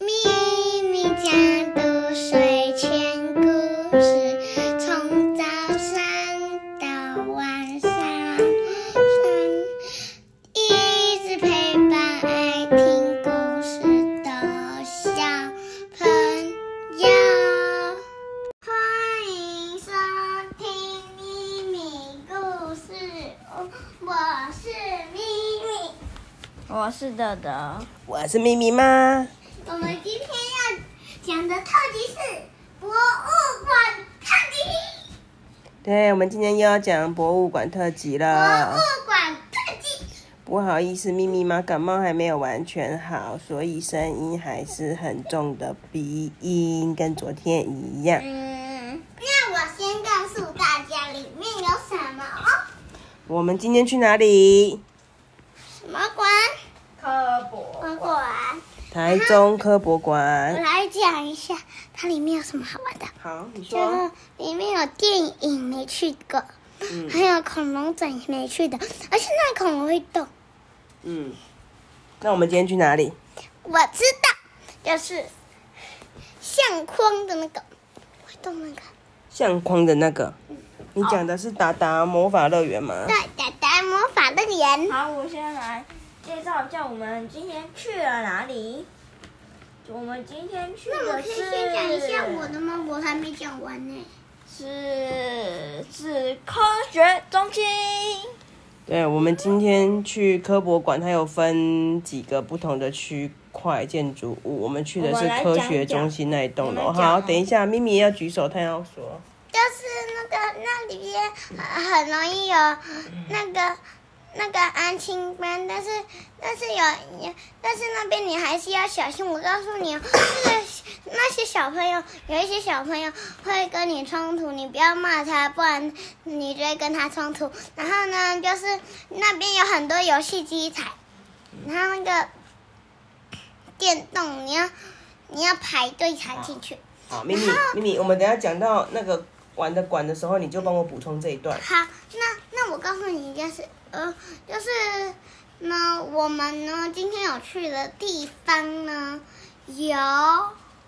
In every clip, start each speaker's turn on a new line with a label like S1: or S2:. S1: 咪咪家的睡前故事，从早上到晚上，一直陪伴爱听故事的小朋友。欢迎收听咪咪故事屋，我是咪咪。
S2: 我哦是德德，
S3: 我是咪咪妈，
S1: 我们今天要讲的特辑是博物馆特辑，
S3: 对，我们今天又要讲博物馆特辑
S1: 博
S3: 了。
S1: 物馆特辑。
S3: 不好意思，咪咪妈感冒还没有完全好，所以声音还是很重的鼻音，跟昨天一样。
S1: 嗯，那我先告诉大家里面有什么哦，
S3: 我们今天去哪里？
S1: 什么馆？
S2: 科博
S1: 博物馆。
S3: 台中科博
S1: 我
S3: 馆。
S1: 来讲一下它里面有什么好玩的，
S3: 好，你
S1: 就是
S3: 说。
S1: 里面有电影没去过，
S3: 嗯
S1: 还有恐龙展也没去的，而且那恐龙会动。
S3: 嗯，那我们今天去哪里？
S1: 我知道，就是相框的那个会动那个。
S3: 相框的那个。你讲的是达达魔法乐园吗？
S1: 对，达达魔法乐园。
S2: 好，我先来介绍一下我们今天去了哪里。我们今天去
S1: 那我
S2: 的
S1: 可
S2: 是
S1: 以先讲一下我的吗？我还没讲完呢。
S2: 是是科学中心，
S3: 对，我们今天去科博馆，它有分几个不同的区块建筑物，我们去的是科学中心那一栋
S2: 我
S3: 楼。
S2: 们来讲
S3: 好，等一下，咪咪要举手，她要说。
S1: 就是那个那里边很很容易有那个那个安亲班，但是但是有但是那边你还是要小心。我告诉你哦，那个那些小朋友有一些小朋友会跟你冲突，你不要骂他，不然你就会跟他冲突。然后呢，就是那边有很多游戏机台，然后那个电动你要你要排队才进去。
S3: 好，咪
S2: 啊
S3: 咪，咪咪，我们等一下讲到那个玩的馆的时候，你就帮我补充这一段。
S1: 好，那那我告诉你一件事，呃，就是呢，我们呢今天有去的地方呢有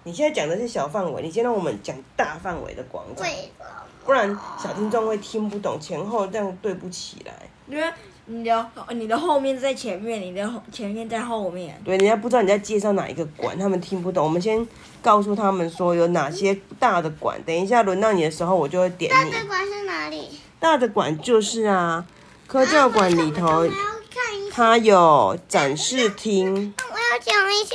S3: 你现在讲的是小范围，你先让我们讲大范围的广场，
S1: 鬼龙，
S3: 不然小听众会听不懂，前后这样对不起来。
S2: 因为你的你的后面在前面，你的后前面在后面。
S3: 对，人家不知道你在介绍哪一个馆，他们听不懂。我们先告诉他们说有哪些大的馆，等一下轮到你的时候，我就会点
S1: 大
S3: 你。
S1: 队馆是哪里？
S3: 大的馆就是啊，科教馆里
S1: 啊我
S3: 头
S1: 要看一下，
S3: 它有展示厅，
S1: 我要讲一下，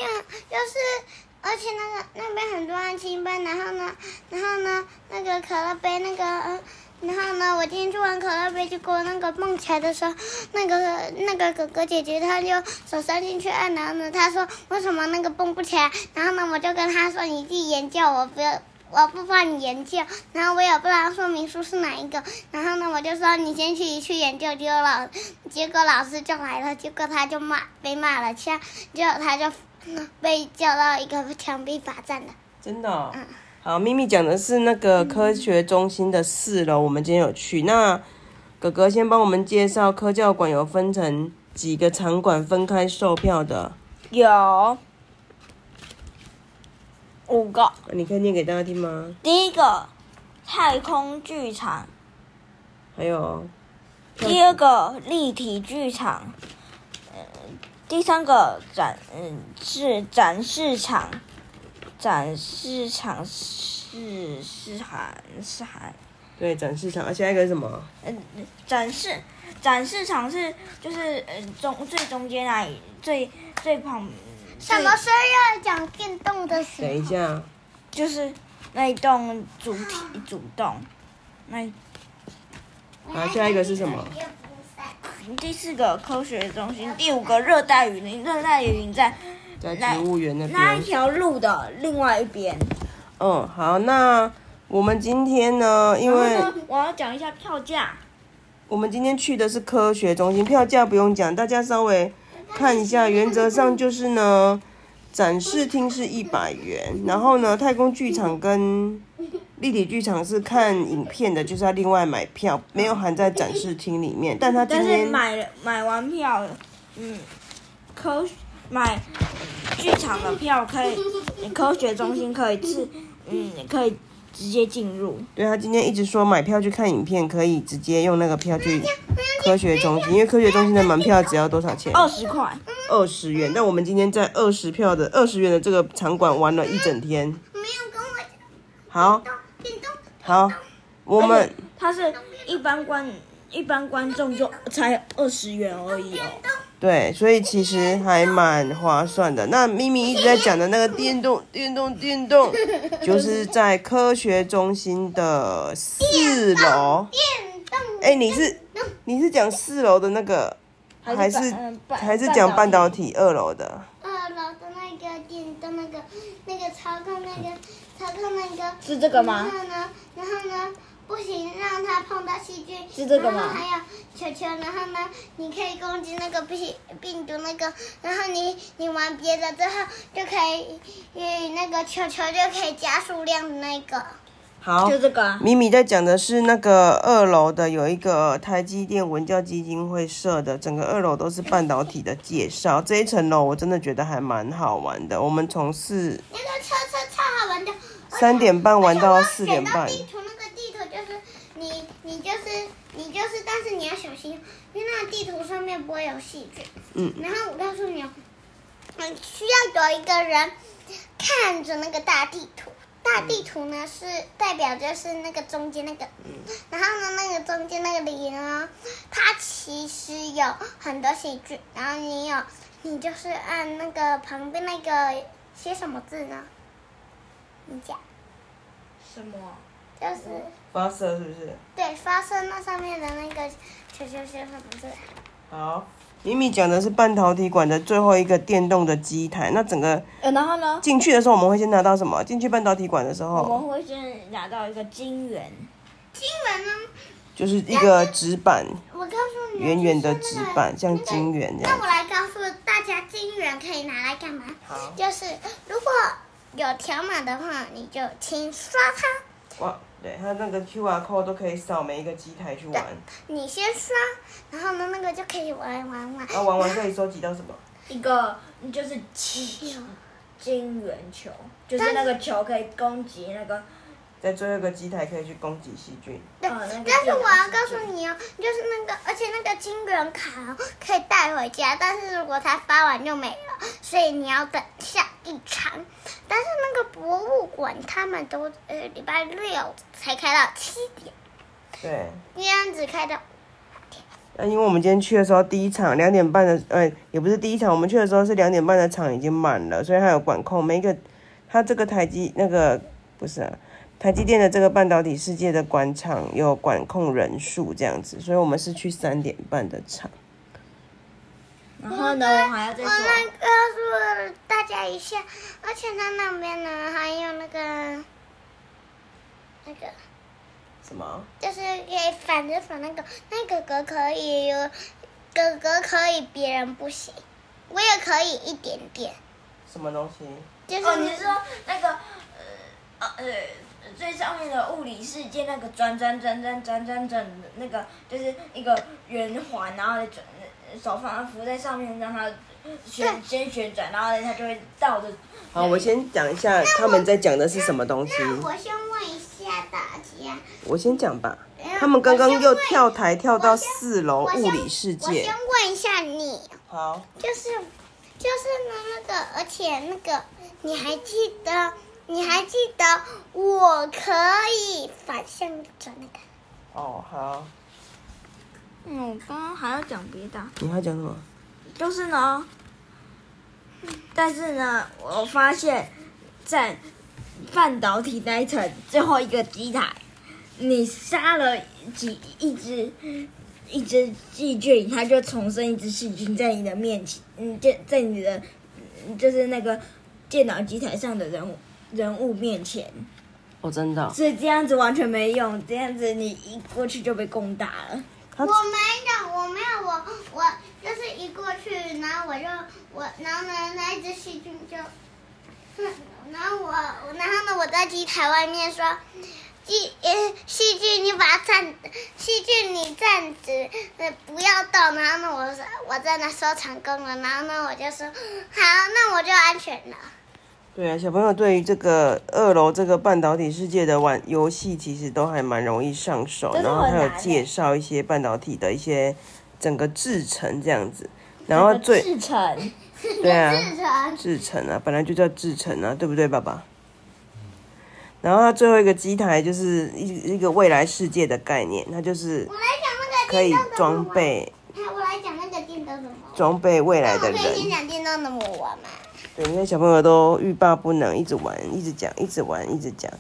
S1: 就是。而且那个那边很多安亲班，然后呢，然后呢，那个可乐杯那个，呃然后呢，我今天去玩可乐杯，结果那个梦起来的时候，那个那个哥哥姐姐他就手伸进去按，然后呢，他说为什么那个蹦不起来？然后呢，我就跟他说你自己研究，我不要。我不帮你研究，然后我也不知道说明书是哪一个，然后呢，我就说你先去去研究，结果老，结果老师就来了，结果他就骂被骂了，像结果他就被叫到一个墙壁罚站了。
S3: 真的哦、
S1: 嗯
S3: 好，咪咪讲的是那个科学中心的四楼，我们今天有去。那哥哥先帮我们介绍科教馆有分成几个场馆分开售票的，
S2: 有五个，
S3: 你可以念给大家听吗？
S2: 第一个太空剧场，
S3: 还有
S2: 第二个立体剧场，呃，第三个展嗯是展示场，展示场是是海是海，
S3: 对展示场，啊下一个是什么？
S2: 嗯、展示展示场是就是呃中最中间那里最最旁
S1: 什么时候要讲电动的时
S3: 等一
S1: 候？
S3: 下，
S2: 就是那一栋主体主栋，那一
S3: 好下一个是什么
S2: 第四个科学中心，第五个热带雨林，热带雨林在
S3: 在
S2: 那
S3: 植物园那
S2: 那一
S3: 边。
S2: 条路的另外一边。
S3: 嗯，好，那我们今天呢，因为
S2: 然后呢我要讲一下票价，
S3: 我们今天去的是科学中心，票价不用讲，大家稍微看一下。原则上就是呢，展示厅是一百元，然后呢，太空剧场跟立体剧场是看影片的，就是要另外买票，没有含在展示厅里面。但他今
S2: 但是
S3: 天
S2: 买了买完票，嗯，科买剧场的票可以科学中心可以自嗯可以直接进入。
S3: 对他今天一直说买票去看影片，可以直接用那个 票去科
S1: 科
S3: 学中心，因为科学中心的门票只要多少钱？
S2: 二十块，
S3: 二十元。但我们今天在二十票的二十元的这个场馆玩了一整天。
S1: 没有跟我
S3: 好，
S1: 动，叮咚，
S3: 好，我们
S2: 它是一般观一般观众就才二十元而已哦。
S3: 对，所以其实还蛮划算的。那咪咪一直在讲的那个电动、电动、电动，就是在科学中心的四楼。
S1: 电动，
S3: 哎、你是你是讲四楼的那个，还是
S2: 半嗯半
S3: 还是讲半导
S2: 体？
S3: 体二楼的？
S1: 二楼的那个电动那个那个操控那个操控那个
S2: 是这个吗
S1: 然？后呢，然后呢，不行让它碰到细菌，
S2: 是这个吗
S1: 然后还有球球，然后呢，你可以攻击那个病病毒那个，然后你你玩别的之后就可以，呃那个球球就可以加数量的那个。
S3: 好
S2: 就，这个啊，
S3: 米米在讲的是那个二楼的有一个台积电文教基金会设的，整个二楼都是半导体的介绍。这一层楼我真的觉得还蛮好玩的。我们从四
S1: 那个车车超好玩的，而且
S3: 三点半玩到四点
S1: 而
S3: 半
S1: 且我选到地图那个地图就是你你就是你就是，但是你要小心，因为那个地图上面不会有细菌。
S3: 嗯。
S1: 然后我告诉你哦，嗯，需要有一个人看着那个大地图。大地图呢是代表就是那个中间那个，
S3: 嗯
S1: 然后呢那个中间那个里呢，它其实有很多细菌，然后你有你就是嗯按那个旁边那个写什么字呢？你讲，
S2: 什么？
S1: 就是
S3: 发射是不是？
S1: 对发射那上面的那个球球写什么字啊？
S3: 好，米米讲的是半导体馆的最后一个电动的机台。那整个
S2: 呃，然后呢？
S3: 进去的时候，我们会先拿到什么？进去半导体馆的时
S2: 我们
S3: 候，
S2: 会先拿到一个金元，
S1: 金门呢？
S3: 就是一个纸板，
S1: 我告诉你，
S3: 圆圆的
S1: 就是
S3: 纸
S1: 那个
S3: 板，像金圆这
S1: 那
S3: 样
S1: 我。来告诉大家，金元可以拿来干嘛？
S3: 好
S1: 就是如果有条码的话，你就请刷它。
S3: 哇，对，它那个 QR code 都可以扫每一个机台去玩。
S1: 你先刷，然后呢，那个就可以玩玩玩。
S3: 那玩完可以收集到什么？
S2: 一个就是七金元球，就是那个球可以攻击那个
S3: 在最后一个机台可以去攻击细菌。
S1: 对，
S2: 哦那个
S1: 但是
S2: 电脑
S1: 我要
S2: 是
S1: 告诉你哦，就是那个，而且那个金元卡哦可以带回家，但是如果它发完就没了，所以你要等下一场。但是那个博物馆他们都呃礼拜六才开到七点，
S3: 对，
S1: 这样子开到
S2: 哦
S3: 那因为我们今天去的时候，第一场两点半的，呃，也不是第一场，我们去的时候是两点半的场已经满了，所以它有管控。每一个，它这个台积那个不是、啊、台积电的这个半导体世界的广场有管控人数这样子，所以我们是去三点半的场。
S2: 然后呢，我还要再
S1: 我们
S2: 说，
S1: 告诉大家一下，而且它那边呢还有那个那个，
S3: 什么？
S1: 就是可以反着反那个，那个哥可以有，哥哥可以，别人不行，我也可以一点点，
S3: 什么东西？
S1: 就是、
S2: 哦，你是说那个呃呃呃最上面的物理世界那个转转转转转转转的那个，就是一个圆环，然后再转呃手放浮在上面，让它旋先旋转，然后它就会倒着。
S3: 好，我先讲一下他们在讲的是什么东西。
S1: 那我先问一下大家，
S3: 我先讲吧。他们刚刚又跳台跳到四楼
S1: 我先
S3: 物理世
S1: 我
S3: 界
S1: 先。问一下你，
S3: 好，
S1: 就是就是呢那个，而且那个你还记得你还记得我可以反向转那个。
S3: 哦，好，
S2: 嗯，我刚刚还要讲别的啊。
S3: 你还讲什么？
S2: 就是呢，但是呢，我发现，在半导体那一层最后一个机台，你杀了几一只一只细菌，它就重生一只细菌在你的面前，嗯，就在你的嗯就是那个电脑机台上的人物人物面前，
S3: 哦，真的哦、
S2: 所以这样子完全没用，这样子你一过去就被攻打了。
S3: 他
S1: 我没有，我没有，我我就是一过去，然后我就我，然后呢，那一只细菌就，哼然后我，然后呢，我在机台外面说，细呃细菌你把它站，细菌你站直，呃不要动。然后呢，我我在那收成功了，然后呢，我就说好，那我就安全了。
S3: 对啊，小朋友对于这个二楼这个半导体世界的玩游戏，其实都还蛮容易上手。
S2: 真的
S3: 然后
S2: 很
S3: 还有
S2: 难欸
S3: 介绍一些半导体的一些整个制成这样子。然
S2: 然
S3: 后最
S2: 制成，
S3: 对啊，
S1: 制成
S3: 制成啊，本来就叫制成啊，对不对，爸爸？然后它最后一个机台就是一一个未来世界的概念，它就是
S1: 我来讲那个
S3: 可以
S1: 电动的
S3: 装
S1: 魔王。
S3: 备
S1: 哎，我来讲那个电动的魔王。
S3: 装备未来
S1: 那
S3: 的
S1: 我可以先
S3: 人。
S1: 讲电动的魔王吗？
S3: 对，因为小朋友都欲罢不能，一直玩，一直讲，一直玩，一直讲，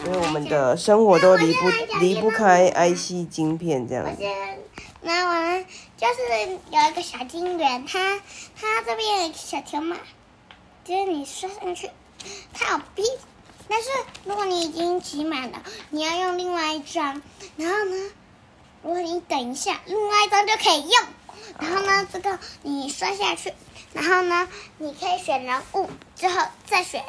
S3: 所以我们的生活都离不离不开 IC 晶片这样
S1: 我
S3: 子。
S1: 先，那我们就是有一个小金人，它它这边有一个小条码，就是你刷上去，它有 B，但是如果你已经挤满了，你要用另外一张，然后呢，如果你等一下，另外一张就可以用，然后呢，这个你刷下去，然后呢，你可以选人物，之后再选。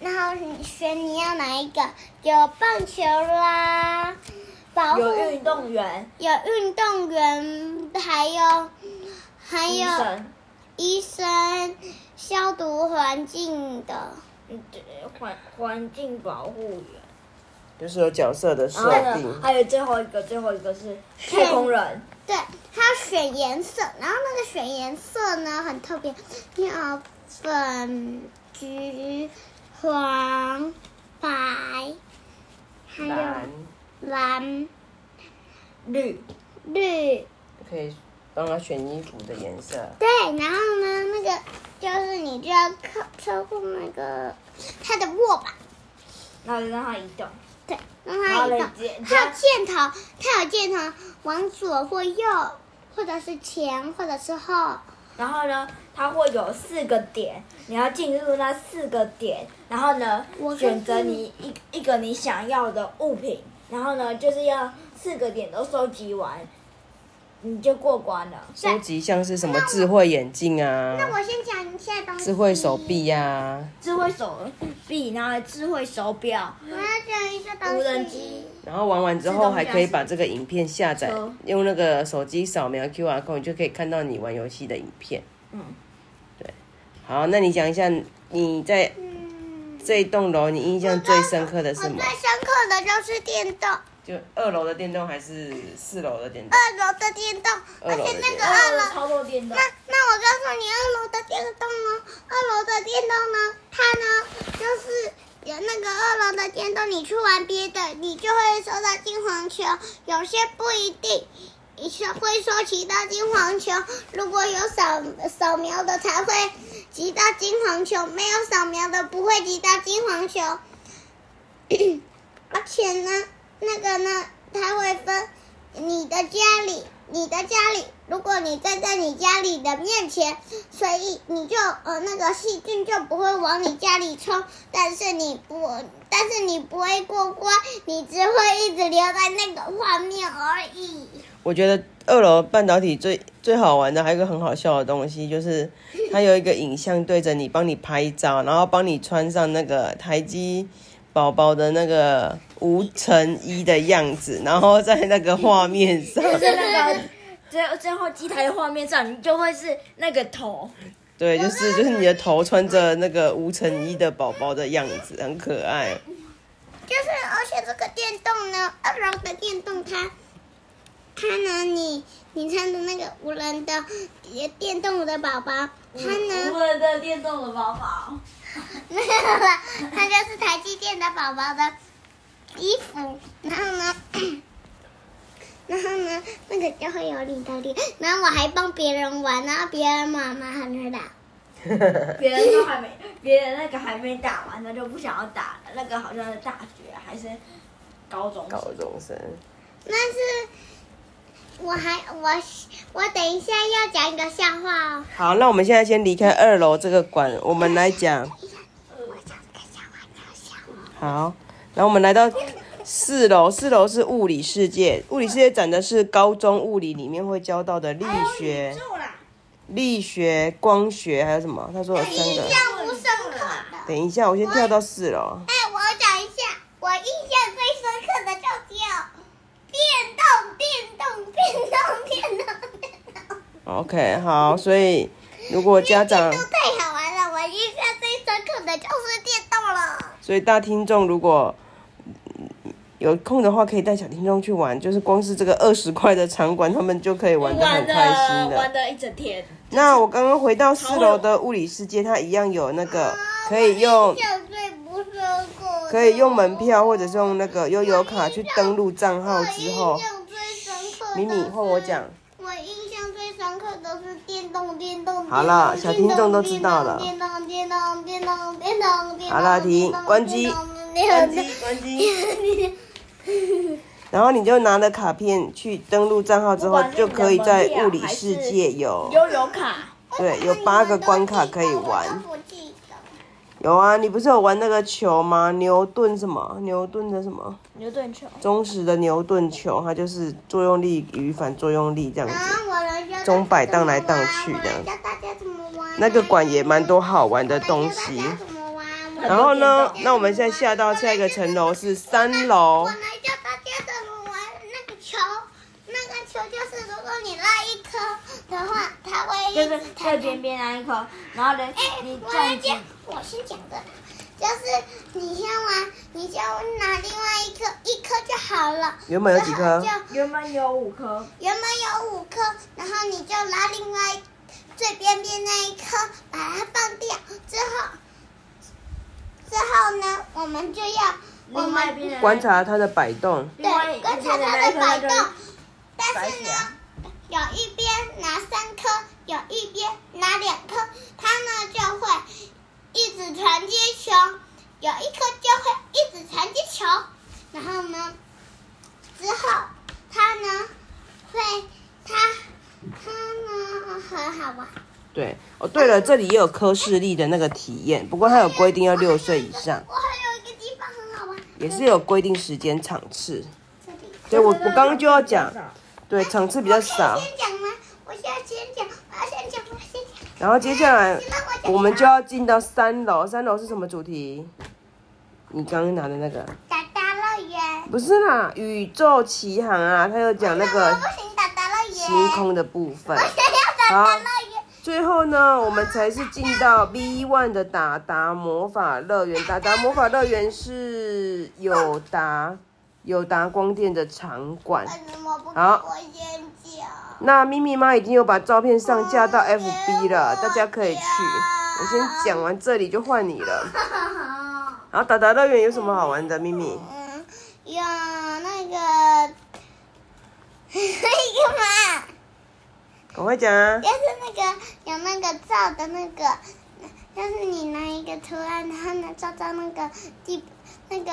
S1: 然后你选你要哪一个？有棒球啦，保护
S2: 有运动员、
S1: 有运动员，还有还
S2: 医
S1: 有
S2: 生，
S1: 医生消毒环境的，
S2: 嗯，对环环境保护员，
S3: 就是啊有角色的设
S2: 然后呢，
S3: 定，
S2: 还有最后一个，最后一个是太空人，
S1: 对，还要选颜色。然后那个选颜色呢很特别，你有粉、橘、黄、白，还
S3: 蓝
S1: 有蓝、
S2: 绿，
S1: 绿。
S3: 可以帮他选衣服的颜色。
S1: 对，然后呢，那个就是你就要靠操控那个它的握把。
S2: 然后就让它移动，
S1: 对，让它移动。还有箭头，它有箭头往左或右，或者是前，或者是后。
S2: 然后呢，它会有四个点，你要进入那四个点，然后呢
S1: 我，
S2: 选择你一一个你想要的物品，然后呢，就是要四个点都收集完，你就过关了。
S3: 收集像是什么智慧眼镜啊，
S1: 那我先讲一下东西。
S3: 智慧手。臂啊呀、
S2: 智慧手臂，然后智慧手表，
S1: 我要讲一下东西。
S2: 无人机。
S3: 然后玩完之后还可以把这个影片下载
S2: 自动加，
S3: 用那个手机扫描 QR code，你就可以看到你玩游戏的影片。
S2: 嗯，
S3: 对。好，那你讲一下你在
S1: 嗯。
S3: 这一栋楼你印象最深刻的是
S1: 我
S3: 什么
S1: 最？深刻的就是电动，二
S3: 就二楼的电动还是四楼的电动？
S1: 楼的电动，
S3: 二
S1: 而
S3: 楼的
S1: 且那
S3: 电
S1: 个
S3: 动
S1: 二楼。
S2: 操作电动
S1: 那，那我告诉你，二楼的电动哦，二楼的电动呢，它呢就是有那个二楼的电动，你去玩别的，你就会收到金黄球，有些不一定。会收集到金黄球，如果有扫扫描的才会集到金黄球，没有扫描的不会集到金黄球。 而且呢，那个呢，它会分你的家里，你的家里，如果你站在你家里的面前，所以你就呃那个细菌就不会往你家里冲，但是你不，但是你不会过关，你只会一直留在那个画面而已。
S3: 我觉得二楼半导体最最好玩的，还有一个很好笑的东西，就是它有一个影像对着你，帮你拍照，然后帮你穿上那个台积宝宝的那个无尘衣的样子，然后在那个画面上，
S2: 就是 那个最最后机台的画面上，你就会是那个头，
S3: 对，就是就是你的头穿着那个无尘衣的宝宝的样子，很可爱。
S1: 就是，而且这个电动呢，二楼的电动它，它呢，你你看的那个无人的也电动的宝宝，它呢。
S2: 嗯我的电动的宝宝。
S1: 没有了， 它就是台积电的宝宝的衣服。然后呢， 然后呢，那个就会有领头领。然后我还帮别人玩，然后别人妈妈很知道。
S2: 别人都还没，别人那个还没打完，他就不想要打了。那个好像是大学还是高中生，
S3: 高中生，
S1: 但是我还我我等一下要讲一个笑话哦。
S3: 好，那我们现在先离开二楼这个馆，我们来讲
S1: 我讲一个笑话，你要笑吗？
S3: 好，然后我们来到四楼，四楼是物理世界，物理世界展的是高中物理里面会教到的力学、
S2: 住啦，
S3: 力学、光学还有什么？他说有三
S1: 印
S3: 个。
S1: 象不深刻的。
S3: 等一下，我先跳到四楼。
S1: 哎，我讲一下，我印象最深刻的就是电动，电动，电动，电动，电动。
S3: OK，好，所以如果家长
S1: 这都太好玩了，我的就是电动了。
S3: 所以大听众如果嗯有空的话，可以带小听众去玩，就是光是这个二十块的场馆，他们就可以玩得
S4: 玩
S3: 很开心
S4: 的
S3: 的。
S4: 玩的一整天，
S3: 那我刚刚回到四楼的物理世界，它一样有那个可以用
S1: 小最不收购，
S3: 可以用门票或者是用那个悠游卡去登录账号之
S1: 我
S3: 后
S1: 印，象最深刻的
S3: 米米换我讲
S1: 是。，我印象最深刻的是电动电动。
S3: 好了
S1: 电动
S3: 小听众都知道了
S1: 电动电动电动电动电动。
S3: 好了停关机关机关机， 然后你就拿了卡片去登录账号之后，就可以在物理世界有
S4: 悠游卡，
S3: 对有八个关卡可以玩。有啊，你不是有玩那个球吗？牛顿什么？牛顿的什么？
S2: 牛顿球。
S3: 忠实的牛顿球，它就是作用力与反作用力这样子。
S1: 中
S3: 钟摆荡来荡去的
S1: 教大家怎么玩。
S3: 那个馆也蛮多好玩的东西
S1: 我。来教大家怎么玩我
S3: 然后呢，那我们现在下到下一个层楼是三楼
S1: 我，来教大家怎么玩那个球。那个球就是，如果你拉一颗的话，它会
S2: 就
S1: 一
S2: 是
S1: 直
S2: 在边边那一颗，然后呢
S1: 哎，，
S2: 你
S1: 我
S2: 这
S1: 来
S2: 样子
S1: 讲，我先讲的，就是你先玩，你就拿另外一颗，一颗就好了。
S3: 原本有几颗
S1: 就
S2: 原本有五颗，
S1: 原本有五颗，然后你就拉另外最边边那一颗，把它放掉之后，之后呢，我们就要我
S2: 另外一边
S1: 们
S2: 的那
S3: 观察它的摆动。
S2: 另外
S1: 对
S2: 一
S1: 观
S2: 边
S1: 察
S2: 的
S1: 它
S2: 那一
S1: 的摆
S2: 颗它就
S1: 动
S2: 是，
S1: 但是呢，有一边拿三颗，有一边拿两颗，它呢就会一直传接球，有一颗就会一直传接球，然后呢，之后它呢会它它呢很好玩。
S3: 对，哦对了，这里也有科视力的那个体验，不过它有规定要六岁以上，
S1: 我还有一个地方很好玩，
S3: 也是有规定时间场次。
S1: 这里。
S3: 对我我刚刚就要讲，对场次比较少
S1: 我可以，先讲吗？我现在先讲，我要先讲，我要先讲。
S3: 然后接下来
S1: 你让我讲
S3: 我们就要进到三楼，三楼是什么主题？你刚刚拿的那个
S1: 达达乐园。
S3: 不是啦，宇宙奇航啊，他有讲那
S1: 我
S3: 个
S1: 不行，达达乐园。
S3: 星空的部 分
S1: 我。想要达达乐园。
S3: 最后呢，我们才是进到 V One 的达达魔法乐园。达达魔法乐园是友达友达光电的场馆。
S1: 为什么不给
S3: 好
S1: 我先讲？
S3: 那咪咪妈已经有把照片上架到 FB 了，大家可以去。我先讲完这里就换你了。 然后达达乐园有什么好玩的？咪咪，
S1: 嗯，有那个 那个嘛，
S3: 赶快讲啊
S1: 就！是那个有那个照的那个，就是你拿一个图案，然后呢照到那个地那个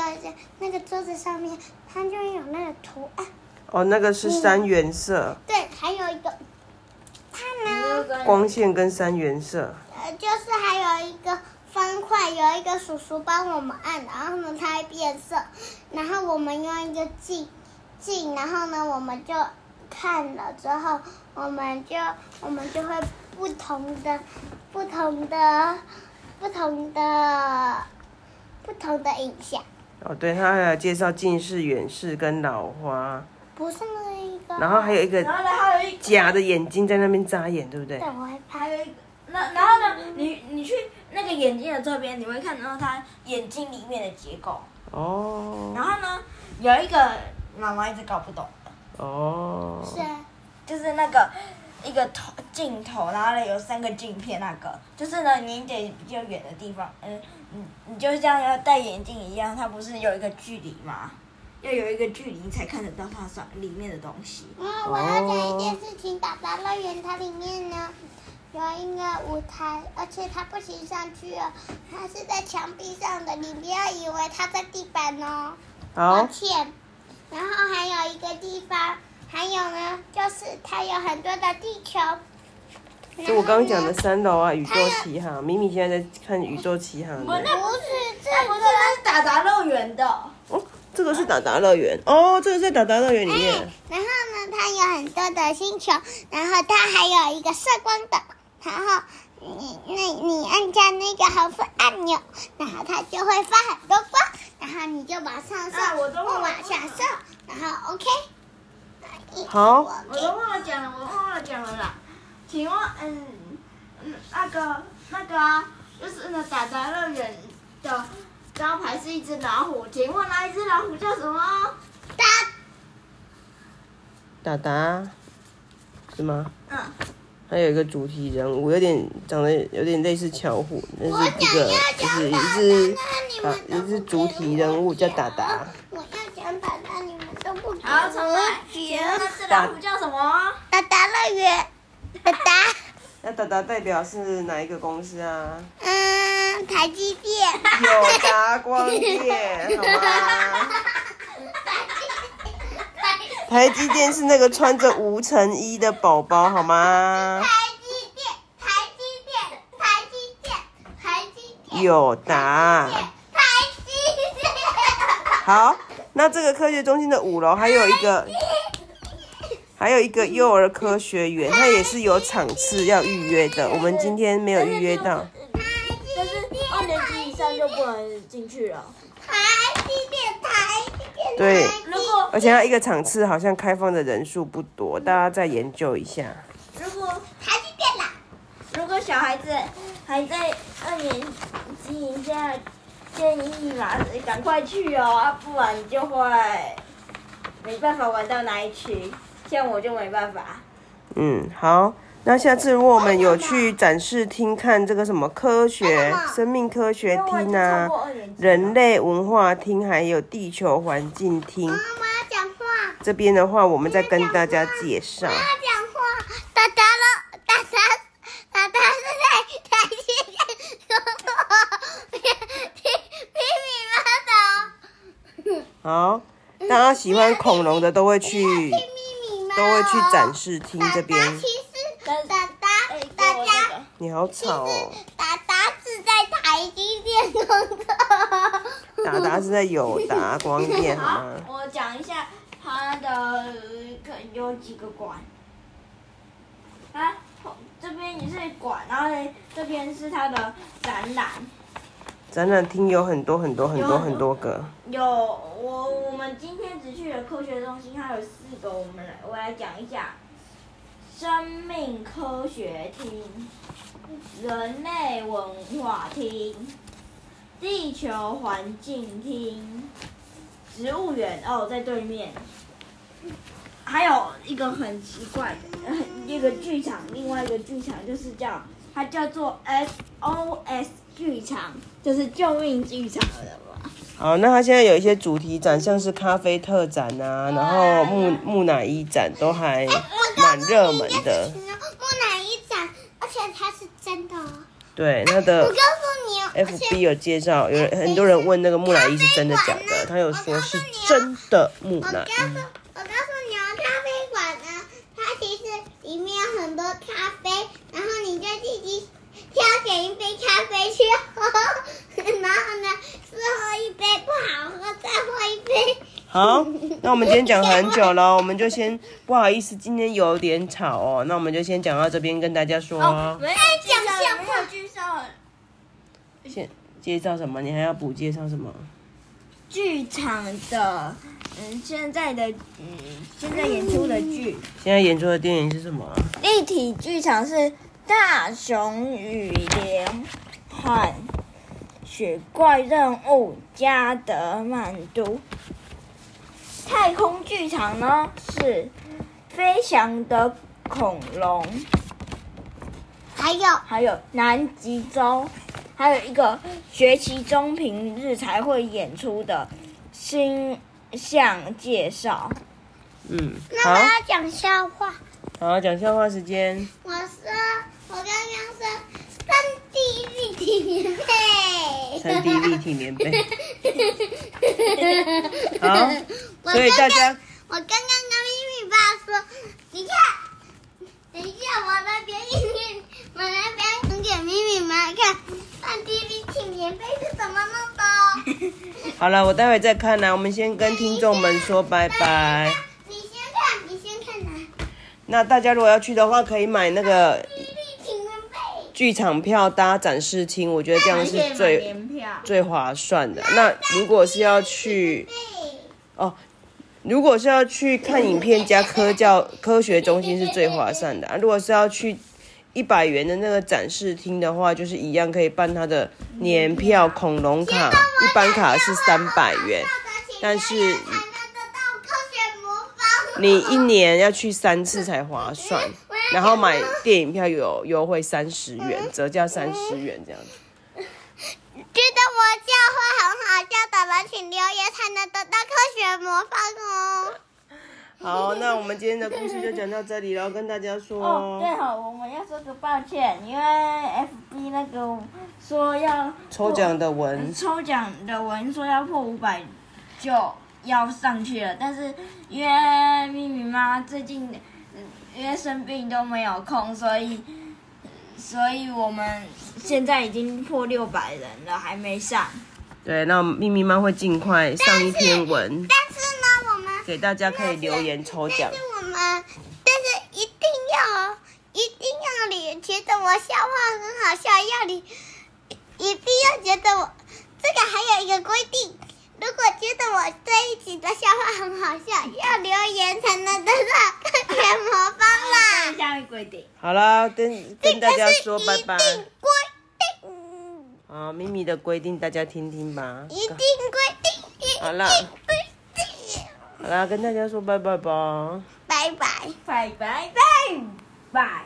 S1: 那个桌子上面，它就会有那个图案。
S3: 哦，那个是三原色，
S1: 对，还有一个，它呢。
S3: 光线跟三原色。
S1: 呃，就是还有一个方块，有一个叔叔帮我们按，然后呢它会变色，然后我们用一个镜镜，然后呢我们就看了之后，我们就我们就会不同的不同的不同的不同的影像，
S3: 哦，对，他还有介绍近视、远视跟老花，
S1: 不是那一个。
S3: 然后还有一个
S2: 然后呢，还有一
S3: 假的眼睛在那边眨眼，对不对
S1: 对，？我会拍。
S2: 还有一个，那然后呢，你你去那个眼睛的这边，你会看到它眼睛里面的结构。然
S3: 哦
S2: 后呢，有一个妈妈一直搞不懂，
S3: 哦，
S1: 是啊，
S2: 就是那个一个头镜头，然后呢有三个镜片，那个就是呢，你得比较远的地方，嗯，你你就像要戴眼镜一样，它不是有一个距离吗？要有一个距离才看得到它上里面的东西。
S1: 嗯，我要讲一件事情，打达乐园它里面呢有一个舞台，而且它不行上去哦，它是在墙壁上的，你不要以为它在地板哦，抱
S2: 啊
S3: 好，
S1: 歉。然后还有一个地方，还有呢，就是它有很多的地球。
S3: 就我刚刚
S1: 然
S3: 讲的
S1: 后呢
S3: 三楼啊，宇宙奇航，米米现在在看宇宙奇航
S2: 不，
S3: 的。
S2: 那
S1: 不
S2: 不
S1: 是这
S2: 那不是，那是打杂乐园的。
S3: 哦，这个是达达乐园，哦，这个在达达乐园里面。
S1: 然后呢，它有很多的星球，然后它还有一个射光的，然后你那你按下那个红色按钮，然后它就会发很多光，然后你就往上射，
S2: 啊我都忘了
S1: 往下射，然后 OK。
S3: 好
S1: 我
S2: 我都忘了讲了，我忘了讲了啦。请问，嗯，嗯那个那个啊，就是那打杂乐园
S4: 的招牌是一只老虎，请问那一只老虎叫什么？
S1: 哒
S3: 达达，是吗？
S4: 嗯，
S3: 还有一个主题人物，有点长得有点类似巧虎，但
S1: 我
S3: 是一
S1: 想
S3: 个
S1: 要
S3: 就
S1: 讲
S3: 是
S1: 达达
S3: 一只
S1: 那你
S3: 啊
S1: 们都
S3: 一只
S1: 不
S3: 主
S1: 给
S3: 体
S1: 我
S3: 人物叫
S1: 讲
S3: 达达，
S1: 我要讲达达，你们都不给
S4: 好，重
S1: 我
S4: 来，请问那只老虎叫什么？
S1: 达达乐园，达达，
S3: 那达达代表是哪一个公司啊？
S1: 嗯，台积电，
S3: 友达光电，好吗？
S1: 台积
S3: 台积电是那个穿着无尘衣的宝宝，好吗？
S1: 电，台积电，台积电，台积电，
S3: 友达。
S1: 台积电，
S3: 好，那这个科学中心的五楼还有一个，还有一个幼儿科学园，它也是有场次要预约的。我们今天没有预约到。
S1: 台积电，
S2: 二年级以上就不能进去了。
S1: 台积电，台积电，
S3: 对
S1: 台积电
S2: 如果
S3: 而且它一个场次好像开放的人数不多，大家再研究一下。
S2: 如果
S1: 台积电啦，
S2: 如果小孩子还在二年级以下，建议马赶快去哦，啊不然你就会没办法玩到哪里去。像我就没办法。
S3: 嗯，好，那下次如果我们有去展示厅看这个什么科学、生命科学厅啊、人类文化厅，还有地球环境厅
S1: 妈妈讲话。
S3: 这边的话，我们再跟大家介绍
S1: 妈。妈讲话，达达了，达达，达达是在台积电工作，批批米妈的，
S3: 好，大家喜欢恐龙的都会去，
S1: 批
S3: 都
S1: 米妈
S3: 会去展示厅这边。
S1: 达达其实达达
S2: 给
S1: 达
S2: 哎我
S1: 达
S2: 那
S3: 你好吵哦，
S1: 达达是在台积电工作，
S3: 达达是在友达光电好 吗？
S2: 个，我讲一下它的呃可有几个馆。啊，这边也是馆，然后呢，这边是它的展览。
S3: 展览厅有很多很多很多很多个。
S2: 有我我们今天只去了科学中心，它有四个，我们来我来讲一下：生命科学厅、人类文化厅、地球环境厅、植物园哦，在对面。还有一个很奇怪的，一个剧场，另外一个剧场就是叫它叫做 SOS 剧场，就是救命剧场了吧？
S3: 好，那它现在有一些主题展，像是咖啡特展啊，然后木木乃伊展都还
S1: 哎
S3: 蛮热门的。
S1: 木乃伊展，而且它是真的哦。
S3: 对，它
S1: 我告诉
S3: 的
S1: 你哦，而
S3: FB
S1: 且
S3: 有介绍，有人很多人问那个木乃伊是真的假的，他有说是真的木
S1: 我告
S3: 乃
S1: 诉
S3: 伊。
S1: 我告诉你哦，咖啡馆呢，它其实里面有很多咖啡，然后你就自己挑选一杯咖啡去喝， 然后呢，试喝一杯不好喝，再喝一杯。
S3: 好，那我们今天讲很久了，我们就先不好意思，今天有点吵哦，那我们就先讲到这边，跟大家说、
S2: 哦，没有介
S1: 讲笑
S2: 绍，
S1: 话
S2: 没有介绍
S3: 先介绍什么？你还要补介绍什么？
S2: 剧场的，嗯，现在的，嗯，现在演出的剧，
S3: 现在演出的电影是什么啊？
S2: 立体剧场是《大熊与连环雪怪任务》加德满都，太空剧场呢是《飞翔的恐龙》。
S1: 还有
S2: 还有南极洲，还有一个学期中平日才会演出的星象介绍。
S3: 嗯，
S1: 那
S3: 好
S1: 我，要讲
S3: 啊
S1: 笑话，
S3: 好，讲笑话时间。
S1: 我说我刚刚说三 D 立体棉被，
S3: 三 D 立体棉被。好，所以大家
S1: 我刚刚跟咪咪爸说，你看，等一下我来表演，我来表演给咪咪妈看，放弟弟请棉被是怎么弄的哦。
S3: 好了，我待会再看啊啦。我们先跟听众们说拜拜。
S1: 你先看，你先看哪？
S3: 那大家如果要去的话，可以买那个
S1: 弟弟请棉被。
S3: 剧场票搭展示厅，我觉得这样是最
S2: 票，
S3: 最划算的。那如果是要去哦，如果是要去看影片加科教科学中心是最划算的、啊。如果是要去一百元的那个展示厅的话，就是一样可以办它的年票、恐龙卡，一般卡是三百元，但是你一年要去三次才划算，然后买电影票有优惠三十元，折价三十元这样子。
S1: 觉得我教会很好笑的人，请留言才能得到科学魔方哦。
S3: 好，那我们今天的故事就讲到这里了，跟大家说，
S2: 哦，对好，我们要说个抱歉，因为 FB 那个说要
S3: 抽奖的文
S2: 抽奖的文说要破五百就要上去了，但是因为咪咪妈最近嗯因为生病都没有空，所以所以我们现在已经破六百人了，还没上。
S3: 对，那秘密妈会尽快上一篇文
S1: 但是呢，我们
S3: 给大家，可以留言抽奖
S1: 但是。我们，但是一定要，一定要你觉得我笑话很好笑，要你一定要觉得我。这个还有一个规定，如果觉得我这一集的笑话很好笑，要留言才能得到科学魔方 啦。
S2: 下面规定，
S3: 好啦，跟跟大家说拜
S1: 这。
S3: 拜
S1: 个是一定规定，
S3: 啊，秘密的规定大家听听吧。
S1: 一定规定，一定
S3: 好啦
S1: 规定。
S3: 好啦，跟大家说拜拜吧。
S1: 拜拜。
S2: 拜拜拜拜。